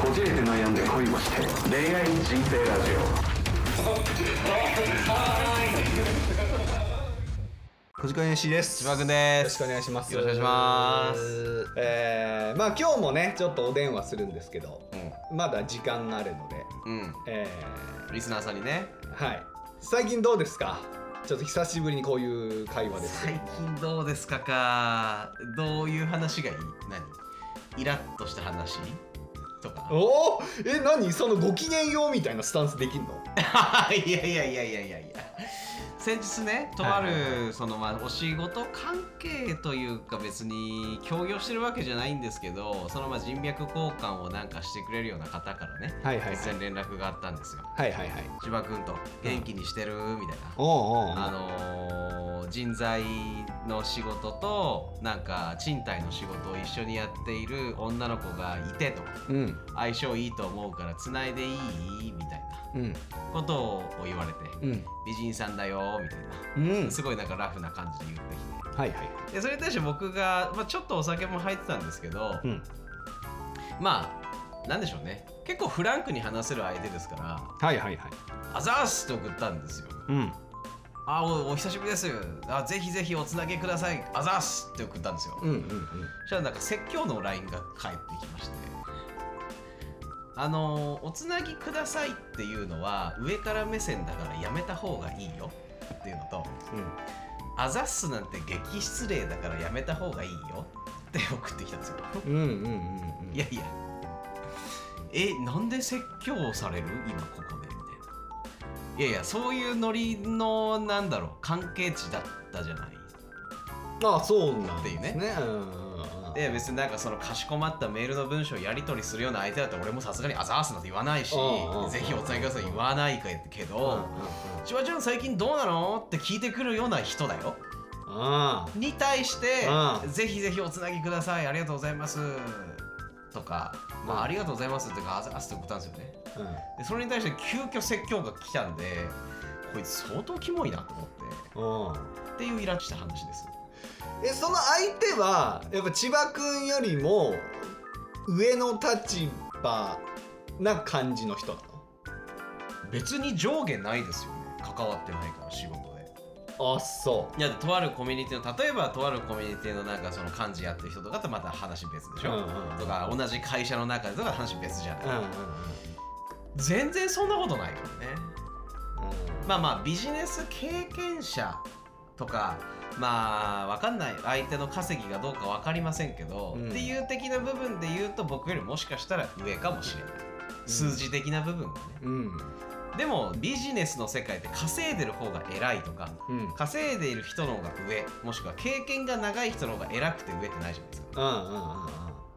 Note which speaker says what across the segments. Speaker 1: こじれて悩んで恋をして恋愛人生ラジ
Speaker 2: 小鹿しです。
Speaker 3: 島
Speaker 2: よ
Speaker 3: 君で
Speaker 2: ろし
Speaker 3: す
Speaker 2: くお願いします。
Speaker 3: よろしくお願いします。
Speaker 2: えー、まあ今日もねちょっとお電話するんですけど、
Speaker 3: うん
Speaker 2: まだ時間があるので、
Speaker 3: うん
Speaker 2: え
Speaker 3: リスナーさんにね
Speaker 2: ー、はい。最近どうですか。ちょっと久しぶりにこういう会話ですけ
Speaker 3: 最近どうですかかどういう話がいい何イラッとした話と
Speaker 2: ど。
Speaker 3: か
Speaker 2: おお、え何そのご機嫌ようみたいなスタンスできんの？
Speaker 3: いやいやいやいやいやいや先日ねとあるそのまあお仕事関係というか別に協業してるわけじゃないんですけどそのまあ人脈交換をなんかしてくれるような方からね
Speaker 2: はいはいはい
Speaker 3: 突然連絡があったんですよ
Speaker 2: はいはいはい。
Speaker 3: 千葉君と元気にしてるみたいな
Speaker 2: おおおう
Speaker 3: あのー人材の仕事となんか賃貸の仕事を一緒にやっている女の子がいてと
Speaker 2: うん
Speaker 3: 相性いいと思うからつないでいいみたい
Speaker 2: うん
Speaker 3: なことを言われて、
Speaker 2: うん
Speaker 3: 美人さんだよみたい
Speaker 2: うん
Speaker 3: なすごいなんかラフな感じで言ってき
Speaker 2: はいはい。
Speaker 3: てでそれに対して僕が、まあ、ちょっとお酒も入ってたんですけど、
Speaker 2: うん
Speaker 3: まあなんでしょうね結構フランクに話せる相手ですから
Speaker 2: はいはいはい。
Speaker 3: 「あざーす!」って送ったんですよ。
Speaker 2: うん
Speaker 3: あおお久しぶりですあぜひぜひおつなげくださいあざっすって送ったんですよ、
Speaker 2: うんうん
Speaker 3: そしたらなんか説教の LINE が返ってきましてあのーおつなぎくださいっていうのは上から目線だからやめた方がいいよっていうのとあざっすなんて激失礼だからやめた方がいいよって送ってきたんですよ
Speaker 2: うんうんうんうんうん。
Speaker 3: いやいやえなんで説教をされる今ここでみたいないやいやそういうノリのなんだろう関係値だったじゃない
Speaker 2: あそうなん
Speaker 3: っていうね
Speaker 2: ね。うんうんうんうん
Speaker 3: で別になんかそのかしこまったメールの文章をやり取りするような相手だったら俺もさすがに「あざーす」なんて言わないし
Speaker 2: うんうんうん
Speaker 3: 「ぜひお伝えください」言わないかけど「ちばちゃん最近どうなの?」って聞いてくるような人だよ
Speaker 2: あ
Speaker 3: に対して「
Speaker 2: う
Speaker 3: ぜひぜひおつなぎくださいありがとうございます」とか「ま
Speaker 2: うん
Speaker 3: あありがとうございます」っていうか「あざーす」って送ったんですよね
Speaker 2: あ、うん
Speaker 3: でそれに対して急遽説教が来たんでこいつ相当キモいなと思ってっていうイラッとした話です
Speaker 2: えその相手はやっぱ千葉君よりも上の立場な感じの人な
Speaker 3: 別に上下ないですよね関わってないから仕事で
Speaker 2: のあそ
Speaker 3: いやとあるコミュニティの例えばとあるコミュニティのなんかその幹事やってる人とかとまた話別でし
Speaker 2: う
Speaker 3: ょ、
Speaker 2: んうんうん
Speaker 3: とか同じ会社の中でとか話別じゃない、
Speaker 2: うんうんうん
Speaker 3: 全然そんなことないからねまあまあビジネス経験者とかまあわかんない相手の稼ぎがどうか分かりませんけど、
Speaker 2: うん
Speaker 3: っていう的な部分で言うと僕よりもしかしたら上かもしれない数字的な部分はね、
Speaker 2: うん
Speaker 3: でもビジネスの世界って稼いでる方が偉いとか
Speaker 2: うんうん
Speaker 3: 稼いでいる人の方が上もしくは経験が長い人の方が偉くて上ってないじゃないですか
Speaker 2: うんうん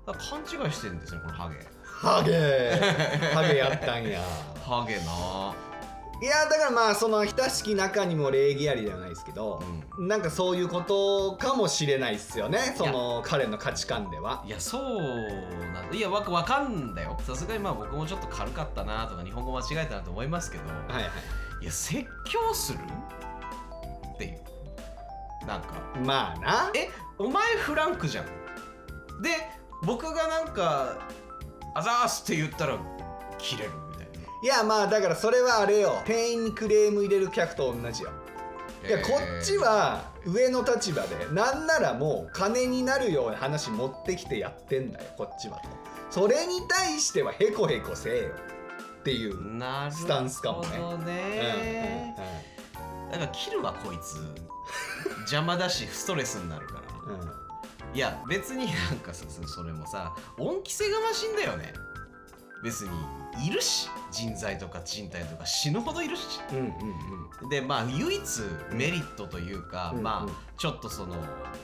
Speaker 3: だから勘違いしてるんですよこのハゲ
Speaker 2: ハゲー ハゲやったんや
Speaker 3: ハゲなあ
Speaker 2: いやだからまあその親しき中にも礼儀ありではないですけど、なんかそういうことかもしれないっすよねその彼の価値観ではい
Speaker 3: やそうなんだいやわわかんだよさすがにまあ僕もちょっと軽かったなとか日本語間違えたなと思いますけど
Speaker 2: はいはい
Speaker 3: や説教するっていうなんか
Speaker 2: いまあな
Speaker 3: えお前フランクじゃんで僕がなんか「あざーす」って言ったら切れるみたいない
Speaker 2: やまあだからそれはあれよ店員にクレーム入れる客と同じよいやこっちは上の立場でなんならもう金になるような話持ってきてやってんだよこっちはとそれに対してはヘコヘコせえよっていう、うんうん
Speaker 3: なる
Speaker 2: スタンスかもね
Speaker 3: ほどねだから切るわこいつ邪魔だしストレスになるから
Speaker 2: うんうん
Speaker 3: いや別になんかさそそれもさ恩着せがましいんだよね別にいるし人材とか賃貸とか死ぬほどいるし
Speaker 2: うん
Speaker 3: でまあ唯一メリットというか、
Speaker 2: うん
Speaker 3: ま
Speaker 2: うん
Speaker 3: あちょっとその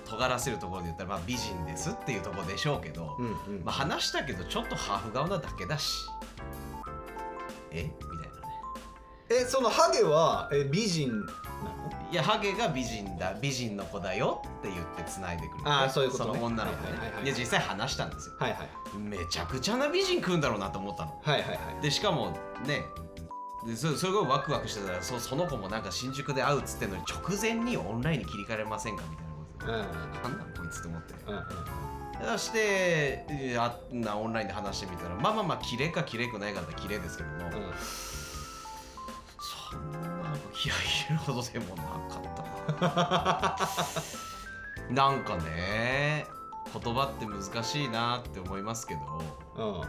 Speaker 3: 尖らせるところで言ったら、まあ、美人ですっていうところでしょうけど、
Speaker 2: うんうんうん
Speaker 3: まあ話したけどちょっとハーフ顔なだけだしえみたいなね
Speaker 2: えそのハゲはえ美人なの
Speaker 3: いやハゲが美人だ美人の子だよって言って繋いでくる
Speaker 2: あーそういうことね
Speaker 3: その女の子
Speaker 2: はいはいはいはい
Speaker 3: ねで実際話したんですよ
Speaker 2: はいはい
Speaker 3: めちゃくちゃな美人食うんだろうなと思ったの
Speaker 2: はいはいはい
Speaker 3: でしかもねでそすごいワクワクしてたらそその子もなんか新宿で会うっつってんのに直前にオンラインに切り替えられませんかみたいなこと
Speaker 2: うんうん
Speaker 3: なんなんこいつと思って
Speaker 2: うんうん
Speaker 3: そしてえーあなオンラインで話してみたらまあまあまあキレかキレくないかだったらキレですけども、
Speaker 2: うん
Speaker 3: そんな気合い入れるほどでもなかったななんかね言葉って難しいなって思いますけど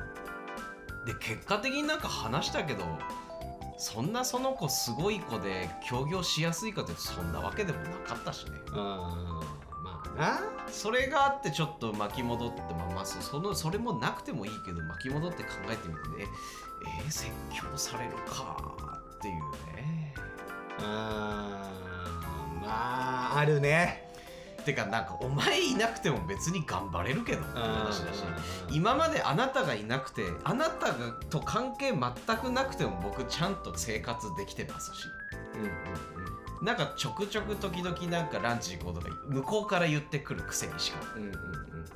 Speaker 2: うん
Speaker 3: で結果的になんか話したけどそんなその子すごい子で協業しやすいかってそんなわけでもなかったしね
Speaker 2: あーまあ
Speaker 3: それがあってちょっと巻き戻ってまあまあそそのそれもなくてもいいけど巻き戻って考えてみてねえー、説教されるかっていうね
Speaker 2: なあーまああるね
Speaker 3: てかなんかお前いなくても別に頑張れるけどっていう話だし
Speaker 2: うん
Speaker 3: 今まであなたがいなくてあなたがと関係全くなくても僕ちゃんと生活できてますし
Speaker 2: うんうん
Speaker 3: なんかちょくちょく時々なんかランチ行こうとか向こうから言ってくるくせにしか
Speaker 2: うんうんうん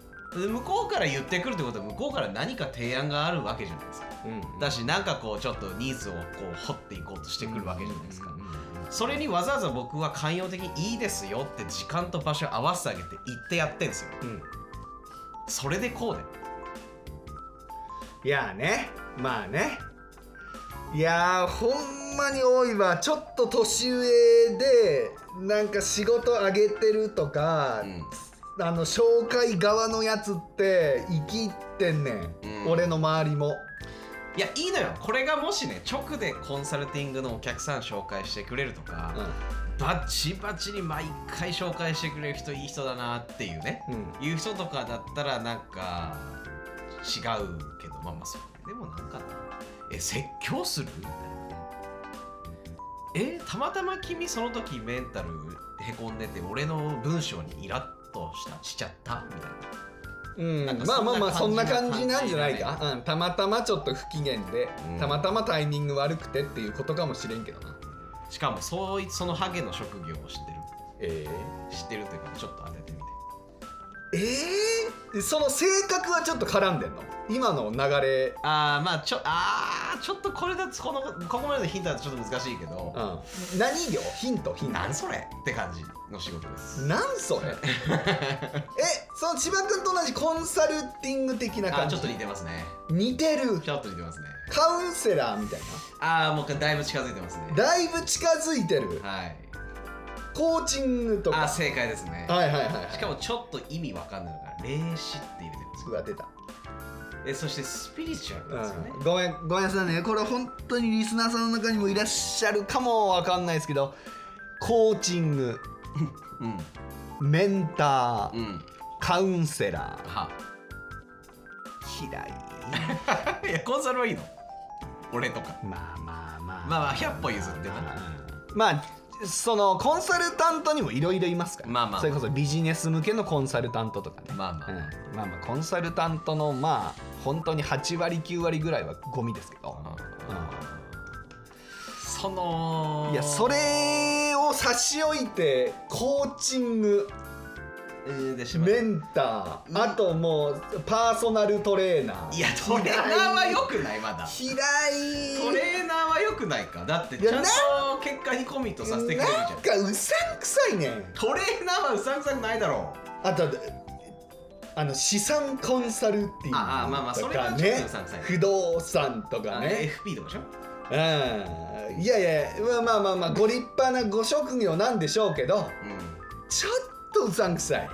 Speaker 3: で向こうから言ってくるってことは向こうから何か提案があるわけじゃないですか
Speaker 2: うん
Speaker 3: だしなんかこうちょっとニーズをこう掘っていこうとしてくるわけじゃないですか
Speaker 2: うんうん
Speaker 3: それにわざわざ僕は寛容的にいいですよって時間と場所合わせてあげて言ってやってんですよ
Speaker 2: うんうん
Speaker 3: それでこうで
Speaker 2: いやーねまあねいやーほんまに多いわちょっと年上でなんか仕事上げてるとか、あの紹介側のやつって生きってんねん、
Speaker 3: うん
Speaker 2: 俺の周りも
Speaker 3: いやいいのよこれがもしね直でコンサルティングのお客さん紹介してくれるとか、バッチバチに毎回紹介してくれる人いい人だなっていうね
Speaker 2: うん、うん、
Speaker 3: いう人とかだったらなんか違うけどまあまあそれでもなんかなえ説教するみたいなえたまたま君その時メンタルへこんでて俺の文章にイラッとしたしちゃったみたいな
Speaker 2: うん
Speaker 3: なんか
Speaker 2: まあまあまあそ
Speaker 3: そ
Speaker 2: ん
Speaker 3: ん
Speaker 2: な
Speaker 3: な
Speaker 2: 感
Speaker 3: 感
Speaker 2: じ
Speaker 3: じ
Speaker 2: なんじゃない
Speaker 3: 感
Speaker 2: か
Speaker 3: じ、
Speaker 2: うん、たまたまちょっと不機嫌で、
Speaker 3: うん
Speaker 2: たまたまタイミング悪くてっていうことかもしれんけどな
Speaker 3: しかもそういそのハゲの職業を知ってる
Speaker 2: え
Speaker 3: 知ってるというかちょっと当ててみて
Speaker 2: ええー、その性格はちょっと絡んでんの今の流れ
Speaker 3: ああまあちょあーちょっとこれだとこのここまでのヒントだとちょっと難しいけど、
Speaker 2: うん、何よヒントヒント
Speaker 3: なんそれって感じの仕事です
Speaker 2: なんそ れえその千葉君と同じコンサルティング的な
Speaker 3: あ
Speaker 2: 感
Speaker 3: ち
Speaker 2: じ
Speaker 3: ょっと似てますね
Speaker 2: 似てる
Speaker 3: ちょっと似てますね
Speaker 2: カウンセラーみたい
Speaker 3: ああもうだいぶ近づいてますね
Speaker 2: なだいぶ近づいてる
Speaker 3: はい
Speaker 2: コーチングと
Speaker 3: あ
Speaker 2: か
Speaker 3: 正解ですね
Speaker 2: はいはいはいはい
Speaker 3: しかもちょっと意味わかんないのが霊視って入れてるんです
Speaker 2: う
Speaker 3: よ
Speaker 2: わ出た、
Speaker 3: えそしてスピリチュアルなんですよね、
Speaker 2: ごめんごめんなさいねこれ本当にリスナーさんの中にもいらっしゃるかもわかんないですけどコーチング
Speaker 3: うん
Speaker 2: メンター
Speaker 3: うん
Speaker 2: カウンセラ
Speaker 3: は
Speaker 2: ー嫌い
Speaker 3: いやコンサルはいいの俺とか
Speaker 2: まあまあまあ
Speaker 3: まあまあ100歩譲ってな
Speaker 2: まあそのコンサルタントにもいろいろいますから、
Speaker 3: まあまあまあ
Speaker 2: それこそビジネス向けのコンサルタントとかね、
Speaker 3: まあまあ、
Speaker 2: うんまあまあコンサルタントのまあ本当に8割9割ぐらいはゴミですけど、
Speaker 3: その
Speaker 2: いやそれを差し置いてコーチング
Speaker 3: えーでしまう
Speaker 2: メンター、あともうパーソナルトレーナー
Speaker 3: いやトレーナーは良くないまだ
Speaker 2: 嫌い
Speaker 3: トレーナーは良くないかだって
Speaker 2: い
Speaker 3: ち
Speaker 2: や
Speaker 3: ゃんと結果にコミットさせてくれるじゃん
Speaker 2: なんかうさんくさいねん
Speaker 3: トレーナーはうさんくさくないだろう
Speaker 2: あとあの資産コンサルっていうの
Speaker 3: ああまあまあ
Speaker 2: と
Speaker 3: それは
Speaker 2: か
Speaker 3: ちょっ
Speaker 2: ね
Speaker 3: とうさんくさい
Speaker 2: 不動産とか
Speaker 3: あ
Speaker 2: ね
Speaker 3: FP とかでしょ
Speaker 2: うんいやいやまあまあまあまあご立派なご職業なんでしょうけど
Speaker 3: う
Speaker 2: ちょっとうさんくさい
Speaker 3: んい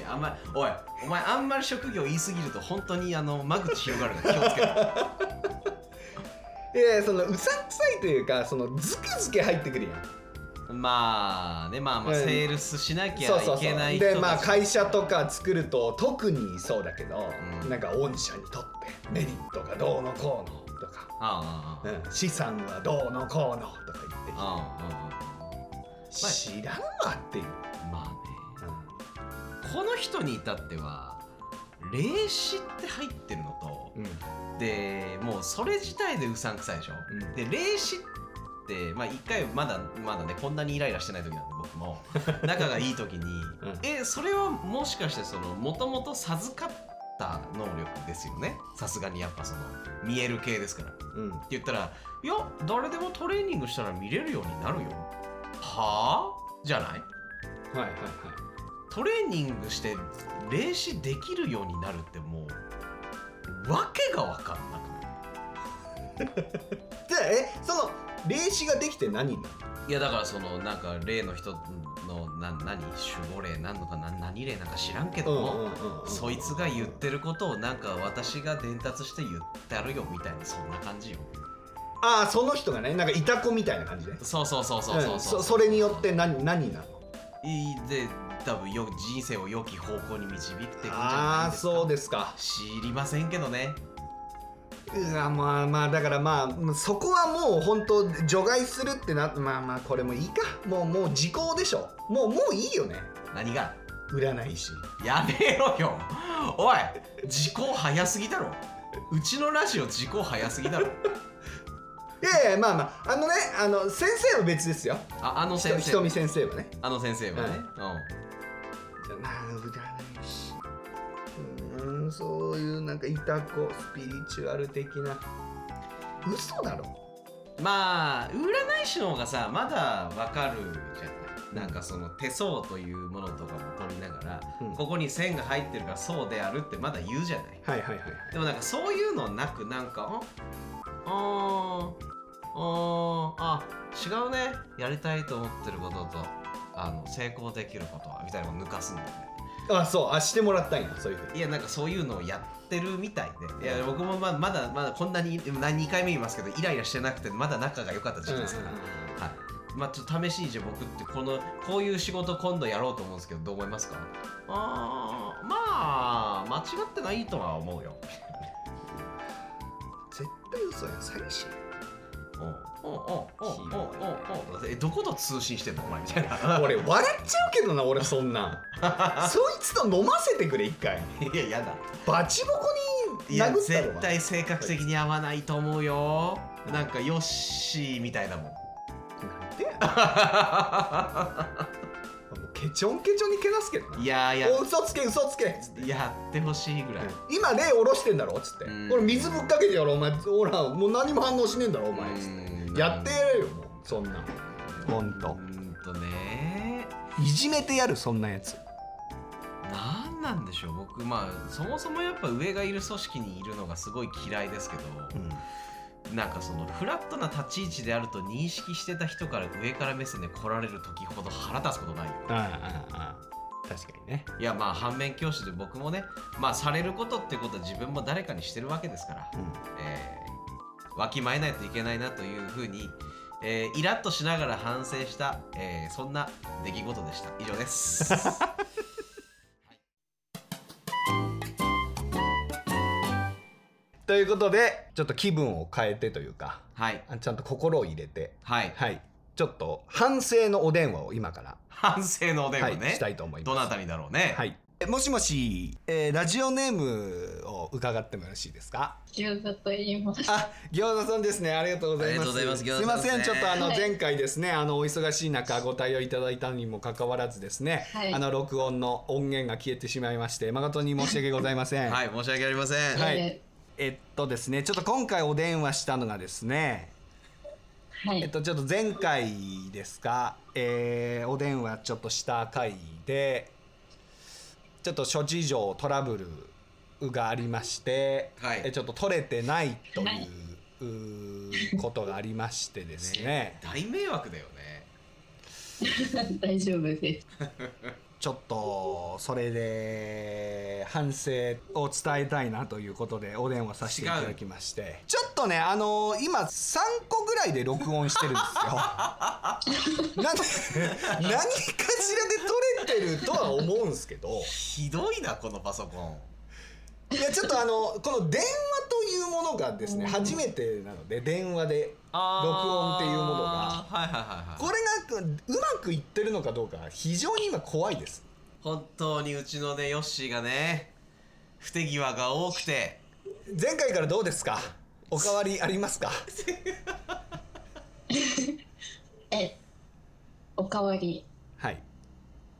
Speaker 3: やあんまりおいお前あんまり職業言いすぎると本当にあの間口広がるから気をつ けろ
Speaker 2: いやいやそのうさんくさいというかそのズケズケ入ってくるやん
Speaker 3: まあねまあまあ
Speaker 2: うん
Speaker 3: セールスしなき
Speaker 2: そ
Speaker 3: ゃ
Speaker 2: うそう
Speaker 3: い
Speaker 2: そ
Speaker 3: けな
Speaker 2: う
Speaker 3: い人
Speaker 2: でまあ
Speaker 3: たち
Speaker 2: 会社とか作ると特にそうだけど、
Speaker 3: うん
Speaker 2: なんか御社にとってメリットがどうのこうのとか、
Speaker 3: ああ
Speaker 2: うん資産はどうのこうのとか言って
Speaker 3: ああああ
Speaker 2: きて知らんわっていう、
Speaker 3: ああまあねこの人に至っては霊視って入ってるのと
Speaker 2: うん
Speaker 3: でもうそれ自体でうさんくさいでしょ、
Speaker 2: うん
Speaker 3: で霊視ってまあ一回まだまだねこんなにイライラしてない時なんで僕 も仲がいい時に、
Speaker 2: ん
Speaker 3: えそれはもしかしてそのもともと授かった能力ですよねさすがにやっぱその見える系ですからって
Speaker 2: うん
Speaker 3: 言ったらいや誰でもトレーニングしたら見れるようになるよはあじゃない
Speaker 2: はいはいはい
Speaker 3: トレーニングして霊視できるようになるってもうわけが分かんなくな
Speaker 2: じゃあえその霊視ができて何になる
Speaker 3: いいやだからそのなんか霊の人のな何守護霊なんのかな何霊なんか知らんけども、
Speaker 2: うんうん
Speaker 3: そいつが言ってることをなんか私が伝達して言ってあるよみたいなそんな感じよ
Speaker 2: ああその人がねなんかいた子みたいな感じね
Speaker 3: そうそうそうそうそう
Speaker 2: うんそそれによって何何なの
Speaker 3: いいで多分よ人生を良き方向に導いていくんじゃ
Speaker 2: あ
Speaker 3: な
Speaker 2: あ
Speaker 3: い
Speaker 2: ー
Speaker 3: ですか
Speaker 2: そうですか
Speaker 3: 知りませんけどね
Speaker 2: うわまあまあだからまあそこはもう本当除外するってなまあまあこれもいいかもうもう時効でしょもうもういいよね
Speaker 3: 何が
Speaker 2: 占い師
Speaker 3: やめろよ おい時効早すぎだろうちのラジオ時効早すぎだろ
Speaker 2: いやいやまあまああのねあの先生は別ですよ
Speaker 3: ああの
Speaker 2: ひと
Speaker 3: 先
Speaker 2: ひと
Speaker 3: 生
Speaker 2: み先生はね
Speaker 3: あの先生はね、
Speaker 2: じゃあまあ占い師うーんそういうなんかいた子スピリチュアル的な嘘だろ
Speaker 3: うん、まあ占い師の方がさまだわかるじゃないなんかその手相というものとかも取りながら、
Speaker 2: うん
Speaker 3: ここに線が入ってるからそうであるってまだ言うじゃない
Speaker 2: はいはいはい
Speaker 3: でもなんかそういうのなくなんかああああ違うねやりたいと思ってることとあの成功できることはみたいなのを抜かすんだよね
Speaker 2: あそうあしてもらったんやそういうふうに
Speaker 3: いやなんかそういうのをやってるみたいでいや僕もままだまだこんなに何2回目言いますけどイライラしてなくてまだ仲が良かった時期ですから、はいまあちょっと試しにじゃあ僕ってこのこういう仕事今度やろうと思うんですけどどう思いますかあーまあ間違ってないとは思うよ
Speaker 2: 絶対嘘や詐欺師
Speaker 3: おうおうおうおうおうおうおうえどこと通信してんのお前みた いな
Speaker 2: 俺笑っちゃうけどな俺そん なんそいつと飲ませてくれ一回
Speaker 3: いややだ
Speaker 2: バチボコ
Speaker 3: い
Speaker 2: に
Speaker 3: や
Speaker 2: 殴ったろ
Speaker 3: 絶対性格的に合わないと思うよなんかヨッシーみたいだもん
Speaker 2: なんでやねんもうケチョンケチョンにけなすけどない
Speaker 3: やいや
Speaker 2: お嘘つけ嘘つけっつって
Speaker 3: やってほしいぐらい
Speaker 2: 今ねおろしてんだろっつって
Speaker 3: うん
Speaker 2: 俺水ぶっかけてやろお前ほらもう何も反応しねえんだろお前っつって
Speaker 3: うん
Speaker 2: やってやれよもうそんなんほん
Speaker 3: う
Speaker 2: と
Speaker 3: んとね
Speaker 2: いじめてやるそんなやつ
Speaker 3: なんなんでしょう僕まあそもそもやっぱ上がいる組織にいるのがすごい嫌いですけど、なんかそのフラットな立ち位置であると認識してた人から上から目線で来られる時ほど腹立つことないよ
Speaker 2: ああああ確かにね
Speaker 3: いやまあ反面教師で僕もねまあされることってことは自分も誰かにしてるわけですから、えーわきまえないといけないなというふうに、えーイラッとしながら反省した、えーそんな出来事でした以上です
Speaker 2: ということでちょっと気分を変えてというか
Speaker 3: はい
Speaker 2: あちゃんと心を入れて
Speaker 3: はい
Speaker 2: はいちょっと反省のお電話を今から、
Speaker 3: 反省のお電
Speaker 2: は
Speaker 3: 話
Speaker 2: い、
Speaker 3: ね、
Speaker 2: したいと思いま
Speaker 3: ど
Speaker 2: す
Speaker 3: なたにだろうね、
Speaker 2: はいえもしもし、えーラジオネームを伺ってもよろしいですか
Speaker 4: 餃子と言います。
Speaker 2: あ、餃子さんですね。ありがとうございます。
Speaker 3: ありがとうございます餃子さん
Speaker 2: いません、ちょっとあの
Speaker 4: はい
Speaker 2: 前回ですね、あのお忙しい中ご対応いただいたにもかかわらずですね、
Speaker 4: はい
Speaker 2: あの録音の音源が消えてしまいまして誠に申し訳ございません。
Speaker 3: はい申し訳ありません、
Speaker 2: はい
Speaker 4: え
Speaker 2: えっとですね、ちょっと今回お電話したのがですね、
Speaker 4: ーはい。
Speaker 2: えっとちょっと前回ですか、えーお電話ちょっとした回で、ちょっと諸事情トラブルがありまして、
Speaker 3: はい
Speaker 2: えちょっと取れてないという。
Speaker 4: はいう
Speaker 2: ーことがありましてですね
Speaker 3: 大迷惑だよね
Speaker 4: 大丈夫です。
Speaker 2: ちょっとそれで反省を伝えたいなということでお電話させていただきましてちょっとねあのー今3個ぐらいで録音してるん ですよなんで何かしらで撮れてるとは思うんですけど
Speaker 3: ひどいなこのパソコン
Speaker 2: いやちょっとあのこの電話というものがですね初めてなので電話で
Speaker 3: あー
Speaker 2: 録音っていうものが
Speaker 3: はいはいはいはい
Speaker 2: これがうまくいってるのかどうか非常に今怖いです
Speaker 3: 本当にうちのねヨッシーがね不手際が多くて
Speaker 2: 前回からどうですかおかわりありますか
Speaker 4: え、おかわり。
Speaker 2: はい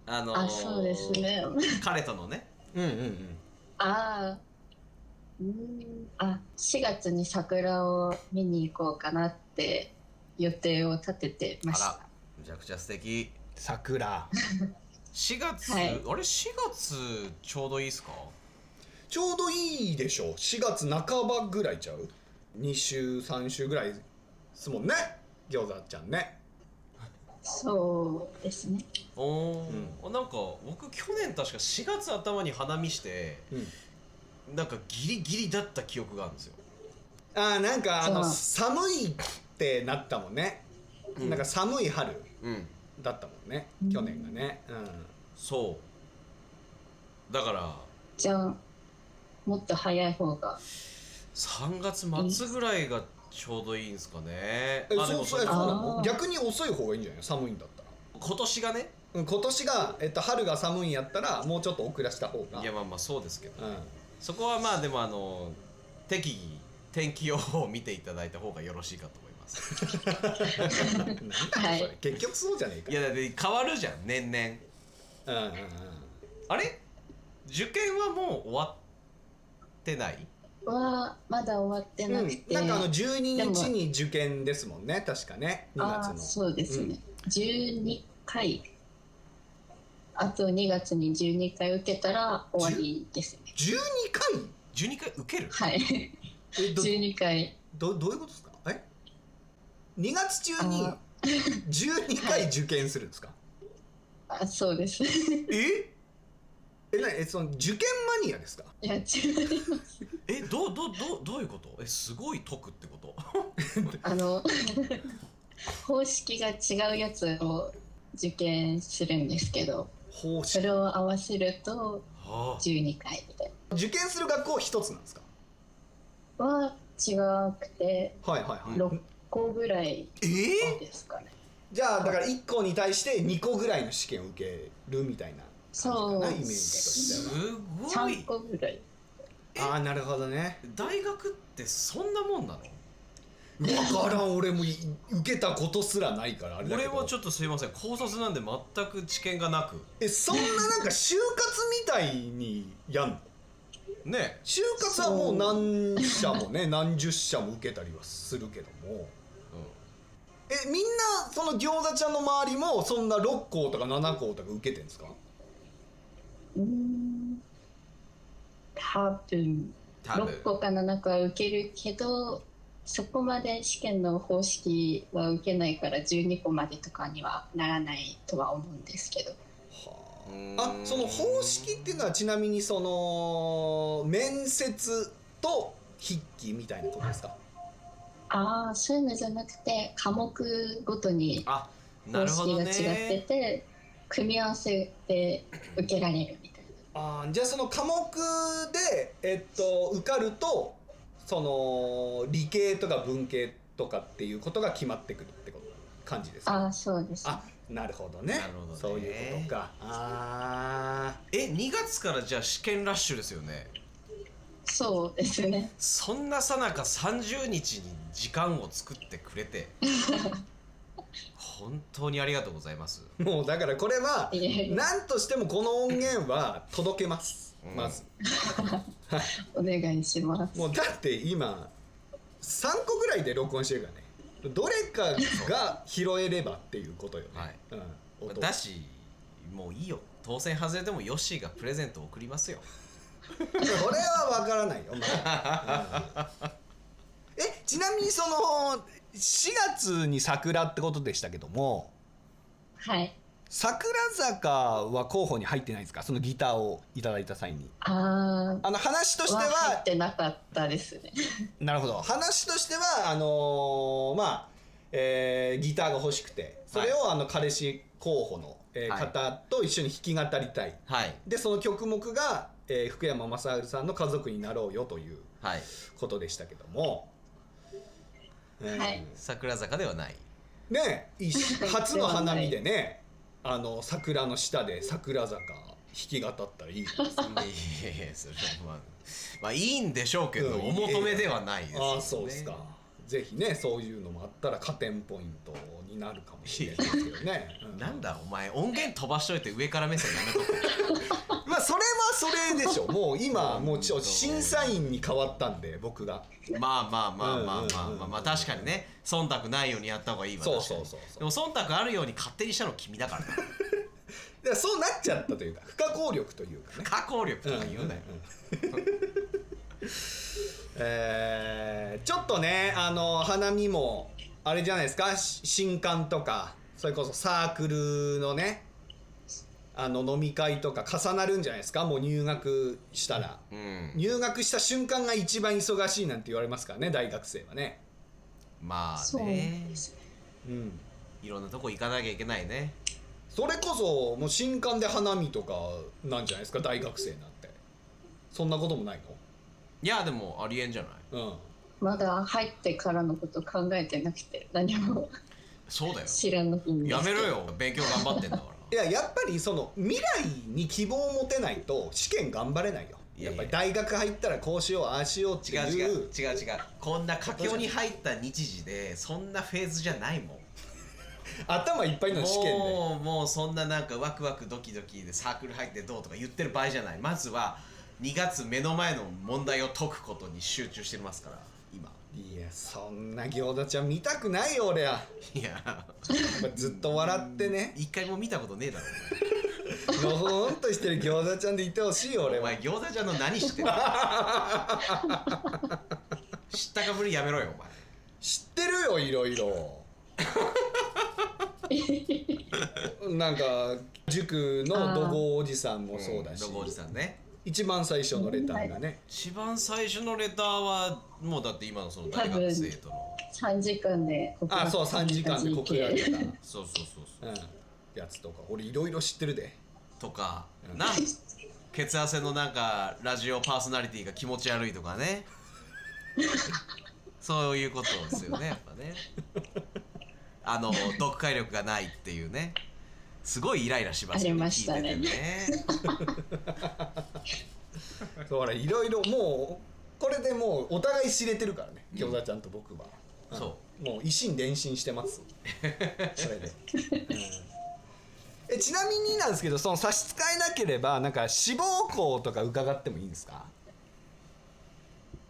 Speaker 3: あのー
Speaker 4: あ、そうですね。
Speaker 3: 彼とのね
Speaker 2: うんうんうん
Speaker 4: ああ。うーん。あ、4月に桜を見に行こうかなって予定を立ててまし
Speaker 3: あ
Speaker 4: た。
Speaker 3: らめちゃくちゃ素敵
Speaker 2: 桜
Speaker 3: 4月、
Speaker 4: はい
Speaker 3: あれ4月ちょうどいいですか
Speaker 2: ちょうどいいでしょう4月半ばぐらいちゃう2週3週ぐらいですもんね餃子ちゃんね
Speaker 4: そうですね。
Speaker 3: おー、なんか僕去年確か4月頭に花見して
Speaker 2: うん
Speaker 3: なんかギリギリだった記憶があるんですよ
Speaker 2: あーなんかあの
Speaker 4: そう
Speaker 2: 寒いってなったもんね、
Speaker 3: うん
Speaker 2: なんか寒い春
Speaker 3: うん
Speaker 2: だったもんね
Speaker 4: うん
Speaker 2: 去年がねうん
Speaker 3: そうだから
Speaker 4: じゃあ、もっと早い方が。
Speaker 3: 3月末ぐらいがちょうどいいんですかね
Speaker 2: え
Speaker 3: あで
Speaker 2: そ
Speaker 3: も
Speaker 2: うそうえ
Speaker 3: れ
Speaker 2: そうなの
Speaker 4: あー
Speaker 2: 逆に遅い方がいいんじゃない寒いんだったら
Speaker 3: 今年がね
Speaker 2: うん今年が、えっと、春が寒いんやったらもうちょっと遅らした方が
Speaker 3: いやまあまあそうですけど
Speaker 2: うん、
Speaker 3: そこはまあでもあの適宜天気予報を見ていただいた方がよろしいかと思います
Speaker 4: は
Speaker 2: そ
Speaker 4: い。
Speaker 2: れ 結局そうじゃね
Speaker 3: い
Speaker 2: え
Speaker 3: やだって変わるじゃん年々
Speaker 2: かうんうんうん
Speaker 3: あれ受験はもう終わってない
Speaker 4: は、まだ終わってなく
Speaker 2: うん、
Speaker 4: て。
Speaker 2: なんかあの12
Speaker 4: で
Speaker 2: 日
Speaker 4: も
Speaker 2: に受験ですもんね確かね2
Speaker 4: ああ、
Speaker 2: 月の
Speaker 4: そうですね。12回。あと2月に12回受けたら終わりですね。
Speaker 2: 12回
Speaker 3: 12回受ける
Speaker 4: はい。
Speaker 2: えど
Speaker 4: 12回。
Speaker 2: どどういうことですかえ2月中に
Speaker 4: あ
Speaker 2: 12
Speaker 4: はい
Speaker 2: 回受験するんですか、
Speaker 4: あそうです。い
Speaker 2: ええなえその受験マニアですか
Speaker 4: や、違います。
Speaker 3: えどうどうどうどういうことえすごい解くってこと
Speaker 4: あの、方式が違うやつを受験するんですけど、
Speaker 2: 方
Speaker 4: そ
Speaker 2: 針
Speaker 4: れを合わせると
Speaker 3: は
Speaker 4: 12回みたい
Speaker 2: 受験する学校一つなんですか
Speaker 4: な。は違くて、
Speaker 2: はいはいはい
Speaker 4: 6個ぐらい
Speaker 3: えー
Speaker 4: ですかね。
Speaker 2: じゃあだから1校に対して2個ぐらいの試験を受けるみたいな
Speaker 4: そ
Speaker 2: 感じか
Speaker 4: う
Speaker 2: なイメージとして
Speaker 3: す
Speaker 2: は
Speaker 3: ごい
Speaker 4: 3個ぐらい。
Speaker 2: ああーなるほどね
Speaker 3: 大学ってそんなもんなの
Speaker 2: 分からん俺もい受けたことすらないからあれだけ
Speaker 3: 俺
Speaker 2: ど
Speaker 3: はちょっとすいません高卒なんで全く知見がなく
Speaker 2: えそんななんか就活みたいにやんの
Speaker 3: ね
Speaker 2: 就活はもう何社もね何十社も受けたりはするけどもえみんなその餃子ちゃんの周りもそんな6校とか7校とか受けてんですか
Speaker 4: うーん。多分、
Speaker 3: 多分
Speaker 4: 6個か7個は受けるけど、そこまで試験の方式は受けないから12個までとかにはならないとは思うんですけど。
Speaker 2: は
Speaker 3: う
Speaker 2: ああ
Speaker 3: ーん
Speaker 2: その方式っていうのはちなみにその面接と筆記みたいなことですか
Speaker 4: ああそういうのじゃなくて科目ごとに
Speaker 3: あな
Speaker 4: 方
Speaker 3: るほ
Speaker 4: 式
Speaker 3: ど
Speaker 4: が
Speaker 3: ね
Speaker 4: 違ってて、組み合わせで受けられるみたい
Speaker 2: あーじゃあその科目で、えっと、受かるとその理系とか文系とかっていうことが決まってくるってこと感じですか
Speaker 4: なああそうです
Speaker 2: あなるほどね
Speaker 3: なるほどね
Speaker 2: そういうことかあ
Speaker 3: え2月からじゃあ試験ラッシュですよね
Speaker 4: そうですね
Speaker 3: そんなさなか30日に時間を作ってくれ て本当にありがとうございます
Speaker 2: ーもうだからこれはい
Speaker 4: えいえ
Speaker 2: 何としてもこの音源は届けま
Speaker 3: う
Speaker 2: す、
Speaker 3: ん
Speaker 2: まず
Speaker 4: お願いします
Speaker 2: もうだって今3個ぐらいで録音してるからねどれかが拾えればっていうことよね、
Speaker 3: はい
Speaker 2: うん、音
Speaker 3: だしもういいよ当選外れでもヨッシーがプレゼントを送りますよ
Speaker 2: それは分からないよ、まあうんえちなみにその4月に桜ってことでしたけども
Speaker 4: はい
Speaker 2: 桜坂は候補に入ってないんですかそのギターをいただいた際に
Speaker 4: あ
Speaker 2: あの話と
Speaker 4: あ
Speaker 2: して
Speaker 4: は入
Speaker 2: は
Speaker 4: ってなかったですね
Speaker 2: なるほど話としてはあのーまあ、えーギターが欲しくてそれを、あの彼氏候補の、えー
Speaker 3: はい
Speaker 2: 方と一緒に弾き語りたい
Speaker 3: はい
Speaker 2: でその曲目が、えー福山雅治さんの「家族になろうよ」という
Speaker 3: はい
Speaker 2: ことでしたけども、うん
Speaker 4: はい
Speaker 3: 桜坂では ない
Speaker 2: ねえいいし初の花見でねあの桜の下で桜坂弾き語ったらいいじゃないですか
Speaker 3: いやいやいやそれはまあ、まあ、いいんでしょうけど、
Speaker 2: うん
Speaker 3: お求めではないですよね
Speaker 2: ああそうですかぜひねそういうのもあったら加点ポイントになるかもしれないですけどね、う ん
Speaker 3: なんだお前音源飛ばしといて上から目線やめとけ
Speaker 2: まあそれはそれでしょもう今
Speaker 3: うん
Speaker 2: もうちょ審査員に変わったんで僕が
Speaker 3: まあまあまあまあまあ
Speaker 2: うんうんうん
Speaker 3: まあ、まあ、確かにね忖度ないようにやった方がいいわ
Speaker 2: そう
Speaker 3: 確かに
Speaker 2: そうそうそう
Speaker 3: でも忖度あるように勝手にしたの君だからな
Speaker 2: からそうなっちゃったというか不可抗力というかね
Speaker 3: 加工力とか言うなよ、
Speaker 2: えーちょっとねあの花見もあれじゃないですかし新刊とかそれこそサークルのねあの飲み会とか重なるんじゃないですかもう入学したら、
Speaker 3: うん、
Speaker 2: 入学した瞬間が一番忙しいなんて言われますからね大学生はね
Speaker 3: まあ
Speaker 4: そう
Speaker 3: ね
Speaker 4: ですね
Speaker 2: うん
Speaker 3: いろんなとこ行かなきゃいけないね
Speaker 2: それこそもう新刊で花見とかなんじゃないですか大学生なんてそんなこともない
Speaker 3: いやでもありえんじゃない
Speaker 2: のうん
Speaker 4: まだ入ってからのこと考えてなくて何も
Speaker 3: そうだよ
Speaker 4: 知らなくて
Speaker 3: やめろよ勉強頑張ってんだから
Speaker 2: いややっぱりその未来に希望を持てないと試験頑張れないよ
Speaker 3: いや
Speaker 2: やっ
Speaker 3: いや
Speaker 2: ぱり大学入ったらこうしようああしようってい
Speaker 3: 違う
Speaker 2: う
Speaker 3: 違う違う違うこんな佳境に入った日時でそんなフェーズじゃないもん
Speaker 2: 頭いっぱいの 試験で
Speaker 3: もうもうそんななんかワクワクドキドキでサークル入ってどうとか言ってる場合じゃないまずは2月目の前の問題を解くことに集中してますから今
Speaker 2: いやそんな餃子ちゃん見たくないよ俺はや
Speaker 3: いや
Speaker 2: っぱずっと笑ってね
Speaker 3: 一回も見たことねえだろ
Speaker 2: のほほんとしてる餃子ちゃんでいてほしいよ
Speaker 3: お前
Speaker 2: 俺
Speaker 3: お
Speaker 2: は
Speaker 3: 前餃子ちゃんの何知ってる知ったかぶりやめろよお前
Speaker 2: 知ってるよいろい ろなんか塾の怒号おじさんもそうだし、
Speaker 3: ロゴおじさんね
Speaker 2: 一番最初のレターがね、
Speaker 3: 一番最初のレターはもうだって今のその大学生との
Speaker 4: 3時間で告
Speaker 2: あ
Speaker 4: 白
Speaker 2: そう
Speaker 4: さ
Speaker 2: 3
Speaker 4: れた
Speaker 2: 時間で告白
Speaker 4: 事
Speaker 2: した
Speaker 4: 件
Speaker 3: そうそうそうそう
Speaker 2: うん、やつとか俺いろいろ知ってるで
Speaker 3: とか、
Speaker 2: うん
Speaker 3: な血汗のなんかラジオパーソナリティが気持ち悪いとかね そういうことですよねやっぱねあの読解力がないっていうねすごいイライラしますよ
Speaker 4: あり
Speaker 3: ね
Speaker 4: ましたね
Speaker 3: 聞いててね
Speaker 2: そうほらいろいろもうこれでもうお互い知れてるからね
Speaker 3: うん
Speaker 2: 餃子ちゃんと僕は、ん
Speaker 3: そ
Speaker 2: もう一心伝心して ますそれで、うんえちなみになんですけどその差し支えなければなんか志望校とか伺ってもいいんですか